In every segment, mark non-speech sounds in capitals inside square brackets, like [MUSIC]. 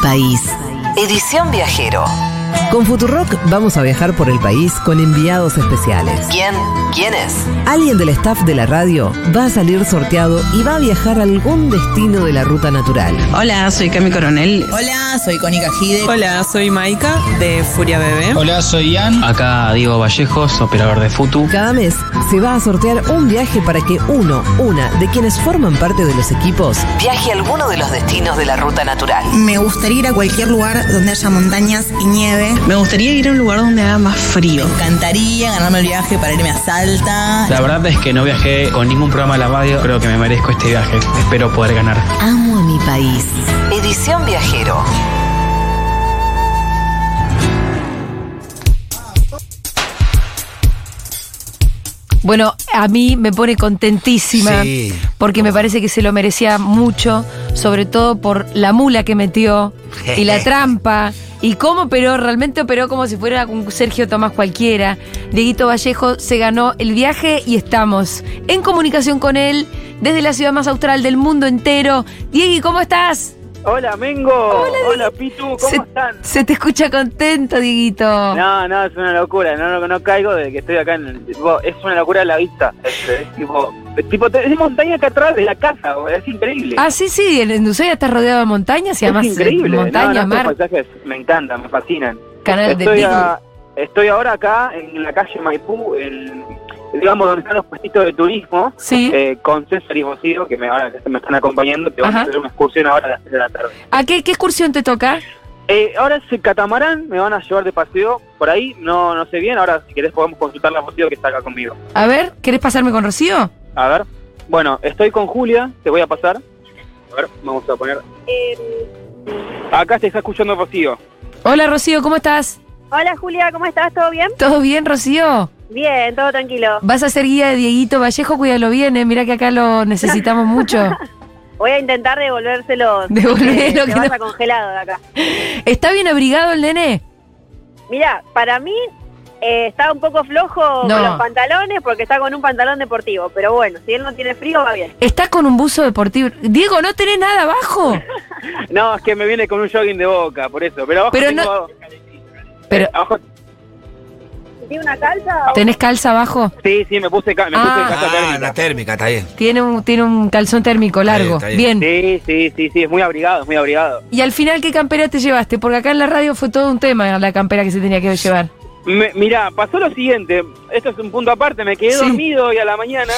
país. Edición Viajero. Con Futurock vamos a viajar por el país con enviados especiales. ¿Quién? ¿Quién es? Alguien del staff de la radio va a salir sorteado y va a viajar a algún destino de la ruta natural. Hola, soy Cami Coronel. Hola, soy Cónica Gide. Hola, soy Maika de Furia Bebé. Hola, soy Ian. Acá Diego Vallejos, operador de Futu. Cada mes se va a sortear un viaje para que uno, una de quienes forman parte de los equipos viaje a alguno de los destinos de la ruta natural. Me gustaría ir a cualquier lugar donde haya montañas y nieve. Me gustaría ir a un lugar donde haga más frío. Me encantaría ganarme el viaje para irme a Salta. La verdad es que no viajé con ningún programa de la radio. Creo que me merezco este viaje. Espero poder ganar. Amo a mi país. Edición Viajero. Bueno, a mí me pone contentísima Sí. porque me parece que se lo merecía mucho, sobre todo por la mula que metió y la trampa y cómo operó, realmente operó como si fuera un Sergio Tomás cualquiera. Dieguito Vallejo se ganó el viaje y estamos en comunicación con él desde la ciudad más austral del mundo entero. Diegui, ¿cómo estás? Hola, Mengo. Hola, Pitu. ¿Cómo se, están? se te escucha contento, Dieguito. No, no, es una locura. No, no, no caigo de que estoy acá. En el- tipo, es una locura la vista. Este, es [LAUGHS] tipo, es tipo, tenés montaña acá atrás de la casa. boludo, Es increíble. Ah, sí, sí, en Ushuaia está rodeado de montañas y es además eh, increíble. No, montañas, no, mar. estos paisajes me encantan, me fascinan. Canal de estoy, Pitu. a- estoy ahora acá en la calle Maipú, en, digamos, donde están los puestitos de turismo. Sí. eh, con César y Bocío, que me, ahora que me están acompañando, que vamos Ajá. a hacer una excursión ahora a las 3 de la tarde. ¿A qué, qué excursión te toca? Eh, ahora es el catamarán, me van a llevar de paseo por ahí, no no sé bien, ahora si querés podemos consultar la postura que está acá conmigo. A ver, ¿querés pasarme con Rocío? A ver, bueno, estoy con Julia, te voy a pasar. A ver, vamos a poner... Em, Acá se está escuchando Rocío. Hola Rocío, ¿cómo estás? Hola Julia, ¿cómo estás? ¿Todo bien? ¿Todo bien, Rocío? Bien, todo tranquilo. Vas a ser guía de Dieguito Vallejo, cuídalo bien, eh. mirá que acá lo necesitamos [LAUGHS] mucho. Voy a [LAUGHS] intentar devolvérselo. Devolver lo que que no- vas a congelado de acá. ¿Está bien abrigado el nene? Mira, para mí eh, está un poco flojo No. con los pantalones porque está con un pantalón deportivo, pero bueno, si él no tiene frío va bien. ¿Está con un buzo deportivo? Diego, ¿no tenés nada abajo? No, es que me viene con un jogging de boca, por eso, pero abajo Pero tengo- Pero, abajo- ¿Tiene una calza? ¿tenés calza abajo? sí, sí, me puse, ca- me puse Ah. casa Ah, térmica. la térmica, está bien. Tiene un, tiene un calzón térmico largo. está bien. bien. Sí, sí, sí, sí, es muy abrigado, es muy abrigado. ¿Y al final qué campera te llevaste? Porque acá en la radio fue todo un tema la campera que se tenía que llevar. Me- mirá, pasó lo siguiente, esto es un punto aparte, me quedé Sí. dormido y a la mañana...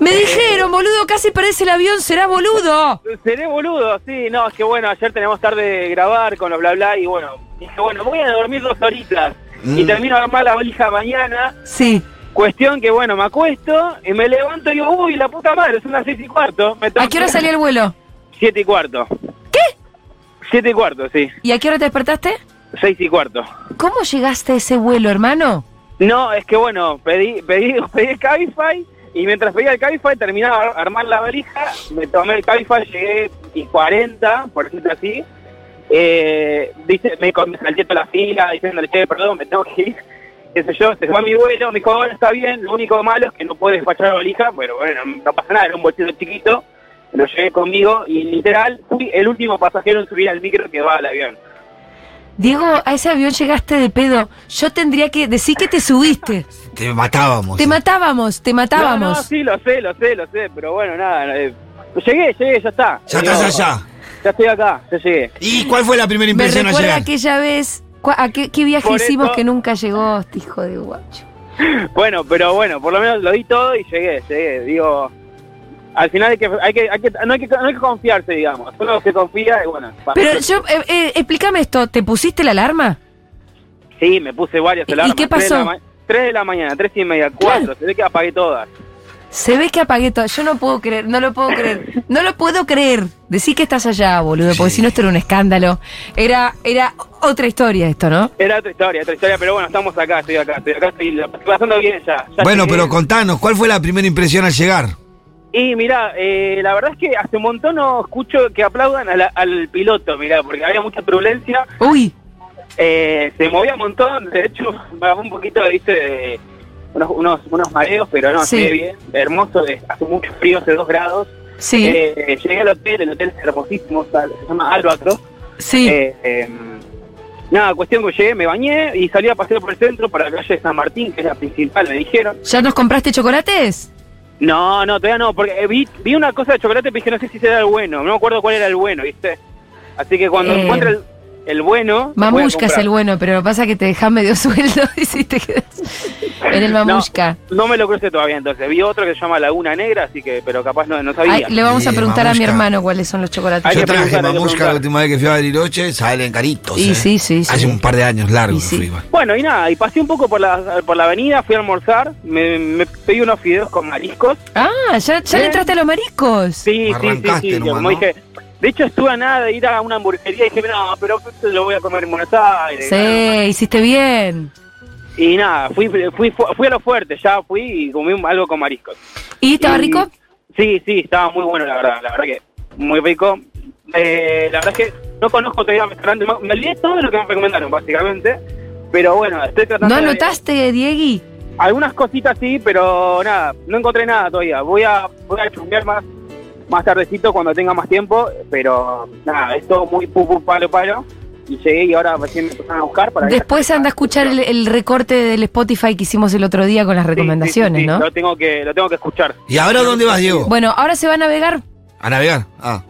Me dijeron, boludo, casi perdés el avión, será boludo. Seré boludo, sí, no, es que bueno, ayer tenemos tarde de grabar con los bla bla y bueno, dije, bueno, voy a dormir dos horitas Mm. y termino de armar la valija mañana. Sí. Cuestión que bueno, me acuesto y me levanto y digo, uy, la puta madre, son las seis y cuarto. Me ¿A qué hora salió el vuelo? Siete y cuarto. ¿Qué? Siete y cuarto, sí, ¿Y a qué hora te despertaste? seis y cuarto. ¿Cómo llegaste a ese vuelo, hermano? No, es que bueno, pedí, pedí, [LAUGHS] pedí el Cabify y mientras pedía el Cabify terminaba de armar la valija, me tomé el Cabify, llegué y 40, por decirlo así. Eh, dice, me, con- me salté toda la fila diciéndole, che, perdón, me tengo que ir. [LAUGHS] Qué sé yo, se fue a mi vuelo, me dijo, bueno, está bien, lo único malo es que no puedes despachar la valija, pero bueno, no pasa nada, era un bolsillo chiquito, lo llevé conmigo y literal fui el último pasajero en subir al micro que va al avión. Diego, a ese avión llegaste de pedo. Yo tendría que decir que te subiste. Te matábamos. Te matábamos, te No, no, matábamos. sí, lo sé, lo sé, lo sé, pero bueno, nada. eh, llegué, llegué, ya está. Ya Digo, estás allá. Ya estoy acá, ya llegué. ¿Y cuál fue la primera Me impresión recuerda ayer? aquella vez, cua- a qué, qué viaje Por hicimos eso- que nunca llegó, este hijo de guacho. Bueno, pero bueno, por lo menos lo di todo y llegué, llegué. Digo, al final hay que, hay que, hay que- no, hay que no hay que confiarse, digamos. Uno se confía y bueno. va. Pero yo, eh, eh, explícame esto, ¿te pusiste la alarma? Sí, me puse varias ¿Y- y alarmas. qué Tres de la pasó? ma- Tres de la mañana, tres y media, cuatro. Se ve que apagué todas. Se ve que apagué todo. Yo no puedo creer, no lo puedo creer. No lo puedo creer. Decí que estás allá, boludo, porque Sí. si no esto era un escándalo. Era, era otra historia esto, ¿no? Era otra historia, otra historia, pero bueno, estamos acá, estoy acá, estoy acá, estoy la- pasando bien ya. ya Bueno, llegué. pero contanos, ¿cuál fue la primera impresión al llegar? Y mirá, eh, la verdad es que hace un montón no escucho que aplaudan a la- al piloto, mirá, porque había mucha turbulencia, Uy, eh, se movía un montón, de hecho, me bajó un poquito, viste, de unos, unos, unos mareos, pero no, Sí. estoy bien, hermoso, eh, hace mucho frío, hace dos grados. sí. Eh, llegué al hotel, el hotel es hermosísimo, o sea, se llama Albatros, Sí. Eh, eh, nada, cuestión que llegué, me bañé y salí a pasear por el centro para la calle de San Martín, que es la principal, me dijeron. ¿Ya nos compraste chocolates? No, no, todavía no, porque eh, vi, vi una cosa de chocolate, pero dije, no sé si será el bueno, no me acuerdo cuál era el bueno, ¿viste? Así que cuando Eh, encuentre el, el bueno... voy a Mamushka es comprar. el bueno, pero lo que pasa es que te dejan medio [LAUGHS] sueldo y si te quedas en el mamushka. No me lo crucé todavía entonces. Vi otro que se llama Laguna Negra, así que, pero capaz no, no Ay, sabía. le vamos a Bien, preguntar a mi mamushka. hermano cuáles son los chocolates. Hay Yo que traje preguntar, hay que mamusca la preguntar. última vez que fui a Bariloche, salen caritos. Y eh. sí, sí, sí. Hace un par de años largo Y que sí. fui. va. Bueno, y nada, y pasé un poco por la, por la avenida, fui a almorzar, me, me pedí unos fideos con mariscos. Ah, ¿ya, ya le Eh. entraste a los mariscos? Sí, sí, sí, Arrancaste sí, nomás, como ¿no? dije. De hecho, estuve a nada de ir a una hamburguería y dije, no, pero esto lo voy a comer en Buenos Aires. Sí, hiciste bien. Y nada, fui, fui, fui a lo fuerte, ya fui y comí un- algo con mariscos. ¿Y estaba Y- rico? Sí, sí, estaba muy bueno, la verdad, la verdad que muy rico. Eh, la verdad es que no conozco todavía restaurantes, me olvidé todo lo que me recomendaron, básicamente. Pero bueno, estoy tratando ¿No de- anotaste, Diegui? Algunas cositas sí, pero nada, no encontré nada todavía. Voy a, voy a chusmear más, más tardecito cuando tenga más tiempo, pero nada, es todo muy pu, pu, palo, palo. Y llegué y ahora recién me empezaron a buscar para... Después anda a escuchar el, el recorte del Spotify que hicimos el otro día con las Sí, sí, sí, recomendaciones, sí, ¿no? Lo tengo, que, lo tengo que escuchar. ¿Y ahora dónde vas, Diego? Bueno, ahora se va a navegar. ¿A navegar? Ah.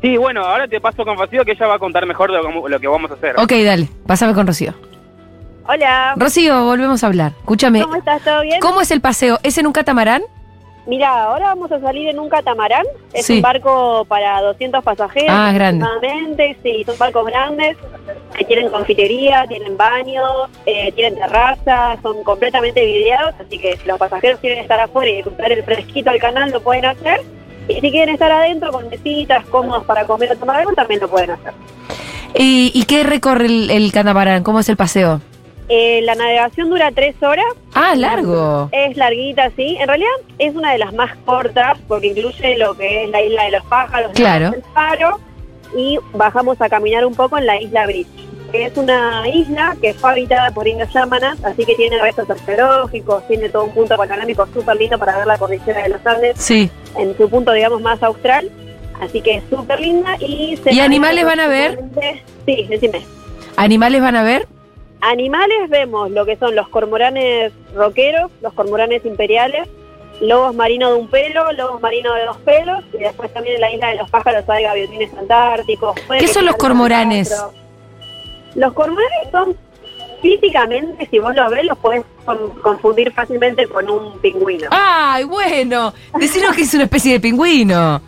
Sí, bueno, ahora te paso con Facio que ella va a contar mejor de lo, lo que vamos a hacer. Ok, dale, pásame con Rocío. Hola, Rocío, volvemos a hablar. Escúchame, ¿cómo estás? ¿Todo bien? ¿cómo es el paseo? ¿Es en un catamarán? Mira, ahora vamos a salir en un catamarán. Es Sí. un barco para 200 pasajeros. Ah, es grande. aproximadamente. Sí, son barcos grandes que tienen confitería, tienen baño, eh, tienen terraza, son completamente videados. Así que si los pasajeros quieren estar afuera y disfrutar el fresquito al canal, lo pueden hacer. Y si quieren estar adentro con mesitas cómodas para comer o tomar algo, también lo pueden hacer. ¿Y, y qué recorre el, el catamarán? ¿Cómo es el paseo? Eh, la navegación dura tres horas. Ah, largo. Es larguita, sí. En realidad es una de las más cortas porque incluye lo que es la isla de los pájaros, Claro. el faro, y bajamos a caminar un poco en la isla Bridge, que es una isla que fue habitada por indios llamanas, así que tiene restos arqueológicos, tiene todo un punto panorámico súper lindo para ver la cordillera de los Andes Sí. en su punto, digamos, más austral. Así que es súper linda y... se ¿Y maneja animales van a ver? aproximadamente- Sí, decime. ¿Animales van a ver? Animales vemos lo que son los cormoranes roqueros, los cormoranes imperiales, lobos marinos de un pelo, lobos marinos de dos pelos, y después también en la isla de los pájaros hay gaviotines antárticos. puede ¿Qué que son los salgan cormoranes? cuatro. Los cormoranes son físicamente, si vos los ves, los podés con- confundir fácilmente con un pingüino. Ah, ¡Ay, bueno! Deciros que es una especie de pingüino.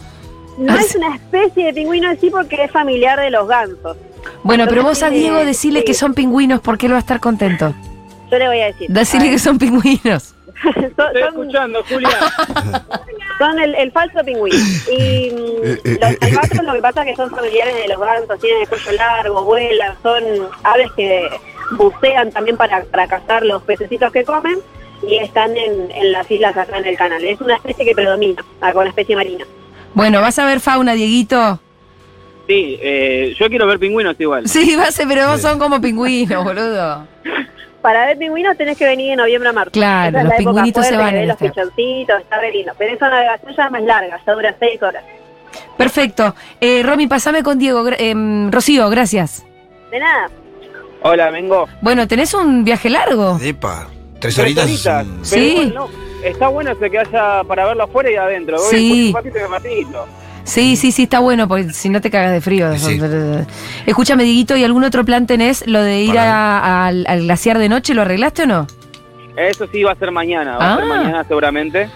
No ah, es sí. una especie de pingüino en sí porque es familiar de los gansos. Bueno, pero Entonces vos a tiene- Diego decirle sí, que son pingüinos porque él va a estar contento. Yo le voy a decir. Decirle [LAUGHS] que son pingüinos. Son- Estoy son- escuchando, [LAUGHS] Julia. Son el, el falso pingüino. Y mm, los albatros lo que pasa es que son familiares de los gansos, tienen el cuello largo, vuelan, son aves que bucean también para, para cazar los pececitos que comen y están en, en las islas acá en el canal. Es una especie que predomina, acá una especie marina. Bueno, vas a ver fauna, Dieguito. Sí, eh, yo quiero ver pingüinos igual. Sí, vas a, pero vos son como pingüinos, boludo. Para ver pingüinos tenés que venir de noviembre a marzo. Claro, Esa es los la época pingüinitos se fuerte, van que en este ves Los esta. pichoncitos, está re lindo. Pero esa navegación ya es más larga, ya dura seis horas. Perfecto. Eh, Romy, pasame con Diego. Gra- em, Rocío, gracias. De nada. Hola, Mengo. Bueno, tenés un viaje largo. Epa. Tres horitas. es un- Pero Sí. bueno, está bueno eso que haya para verlo afuera y adentro. Voy Sí. un patito y un patito. Sí, sí, sí, está bueno, porque si no te cagas de frío. Sí. Escúchame, Dieguito, ¿y algún otro plan tenés? ¿Lo de ir a- al, al glaciar de noche? ¿Lo arreglaste o no? Eso sí va a ser mañana, va a ser Ah. mañana seguramente.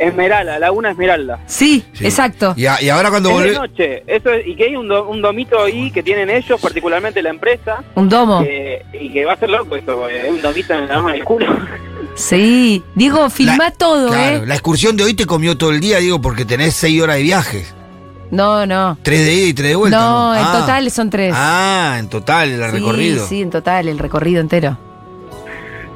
Esmeralda, Laguna Esmeralda. Sí, Sí. exacto. Y, a- y ahora cuando Es de volvés. noche, eso es- y que hay un, do- un domito ahí que tienen ellos, particularmente la empresa, Un domo. que- y que va a ser loco esto, eh, un domito en la mano del culo. Sí. Diego, filma todo, Claro, ¿eh? la excursión de hoy te comió todo el día, Diego, porque tenés seis horas de viajes. No, no. Tres de ida y tres de vuelta. No, en Ah. total son tres. Ah, en total, el Sí, recorrido. Sí, en total, el recorrido entero.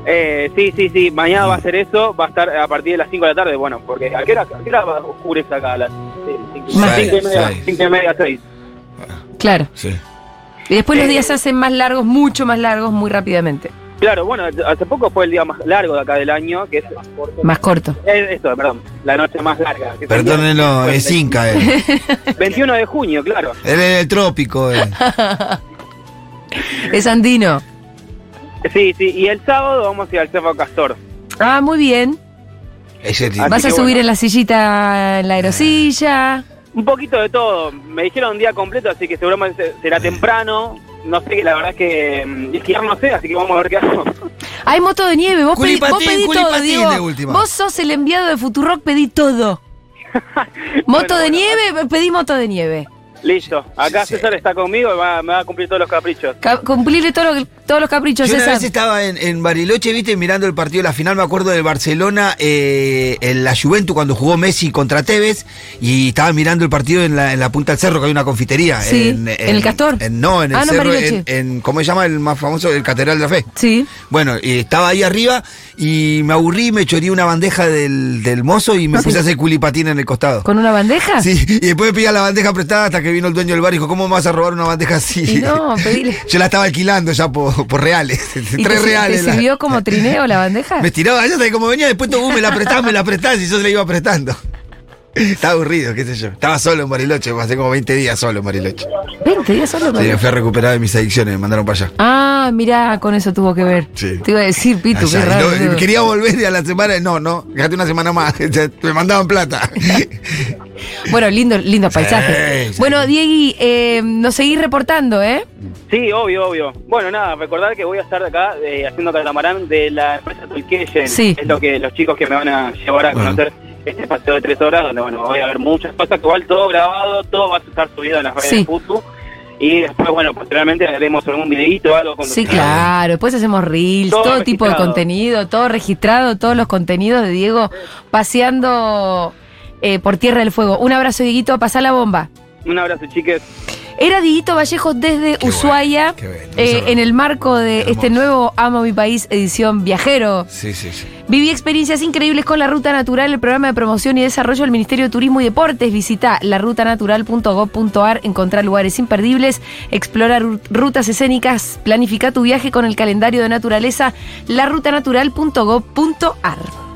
Eh, sí, sí, sí, mañana va a ser eso, va a estar a partir de las 5 de la tarde, bueno, porque ¿a qué hora, a qué hora oscurece acá? A las 5 Más y seis, media, seis. cinco y media, seis. Claro. Sí. Y después los Eh, días se hacen más largos, mucho más largos, muy rápidamente. Claro, bueno, hace poco fue el día más largo de acá del año, que es... Más corto. Eh, esto, perdón, la noche más larga. que sería- Perdónenlo, es Inca, él. 21 de junio, claro. Él es del trópico, eh. [LAUGHS] él. Es andino. Sí, sí, y el sábado vamos a ir al Cerro Castor. Ah, muy bien. Ese tipo. Así Vas a que subir Ah, bueno. en la sillita, en la aerosilla. Un poquito de todo. Me dijeron un día completo, así que seguramente se- será temprano. No sé, la verdad es que mm, esquiar no sé, así que vamos a ver qué hacemos. Hay moto de nieve, vos pedí, vos Culipatín, pedí todo, culipatín Diego. de última. Vos sos el enviado de Futurock, pedí todo. moto [LAUGHS] Bueno, de bueno. nieve, pedí moto de nieve. Listo. Acá Sí. César está conmigo y va- me va a cumplir todos los caprichos. Ca- cumplirle todo lo que- todos los Yo caprichos, una César. vez estaba en, en Bariloche, viste, mirando el partido de la final, me acuerdo del Barcelona, eh, en la Juventus, cuando jugó Messi contra Tevez, y estaba mirando el partido en la, en la punta del cerro, que hay una confitería. Sí, ¿en el Castor? en- no, en el Ah, no, en cerro, Bariloche. en, en- ¿cómo se llama el más famoso? El Catedral de la Fe. Sí. Bueno, y estaba ahí arriba y me aburrí, me choré una bandeja del, del mozo y me puse a hacer culipatín en el costado. ¿Con una bandeja? Sí, y después pedía la bandeja prestada hasta que vino el dueño del bar y dijo, ¿cómo me vas a robar una bandeja así? Y [LAUGHS] no, pedile. Yo la estaba alquilando ya por, por reales, [LAUGHS] ¿Y tres te, reales. te la- sirvió como trineo la bandeja? Me tiraba, yo sabía cómo venía, después tú, vos me la prestás, me la prestás y yo se la iba prestando. [LAUGHS] Estaba aburrido, qué sé yo. Estaba solo en Bariloche, hace como 20 días solo en Bariloche. 20 días solo. Sí, me Mario. fui a recuperar de mis adicciones, me mandaron para allá. Ah, mirá, con eso tuvo que ver. Sí. Te iba a decir, Pitu, Allá, qué y raro. no, y boludo. quería volver y a la semana, no, no, quédate una semana más, [LAUGHS] ya me mandaban plata. [LAUGHS] Bueno, lindo, lindo paisaje. sí. Bueno, Diegui, eh, nos seguís reportando, ¿eh? Sí, obvio, obvio. Bueno, nada, recordar que voy a estar acá eh, haciendo catamarán de la empresa Tulqueyen. Sí. Es lo que los chicos que me van a llevar a Bueno. conocer este paseo de tres horas, donde bueno, voy a ver muchas cosas, que igual todo grabado, todo va a estar subido en las redes Sí. de Futu. Y después, bueno, posteriormente haremos algún videíto o algo. con Sí, los- claro. Después hacemos reels, todo, Todo tipo de registrado. contenido, todo registrado, todos los contenidos de Diego paseando eh, por Tierra del Fuego. Un abrazo, Dieguito, pasá la bomba. Un abrazo, chiques. Era Dieguito Vallejo desde Qué Ushuaia, bueno, qué bueno. eh, Hermoso. en el marco de Hermoso. este nuevo Amo Mi País edición viajero. Sí, sí, sí. Viví experiencias increíbles con la Ruta Natural, el programa de promoción y desarrollo del Ministerio de Turismo y Deportes. Visita larutanatural.gov.ar, encontrar lugares imperdibles, explorar ru- rutas escénicas, planifica tu viaje con el calendario de naturaleza, larutanatural.gov.ar.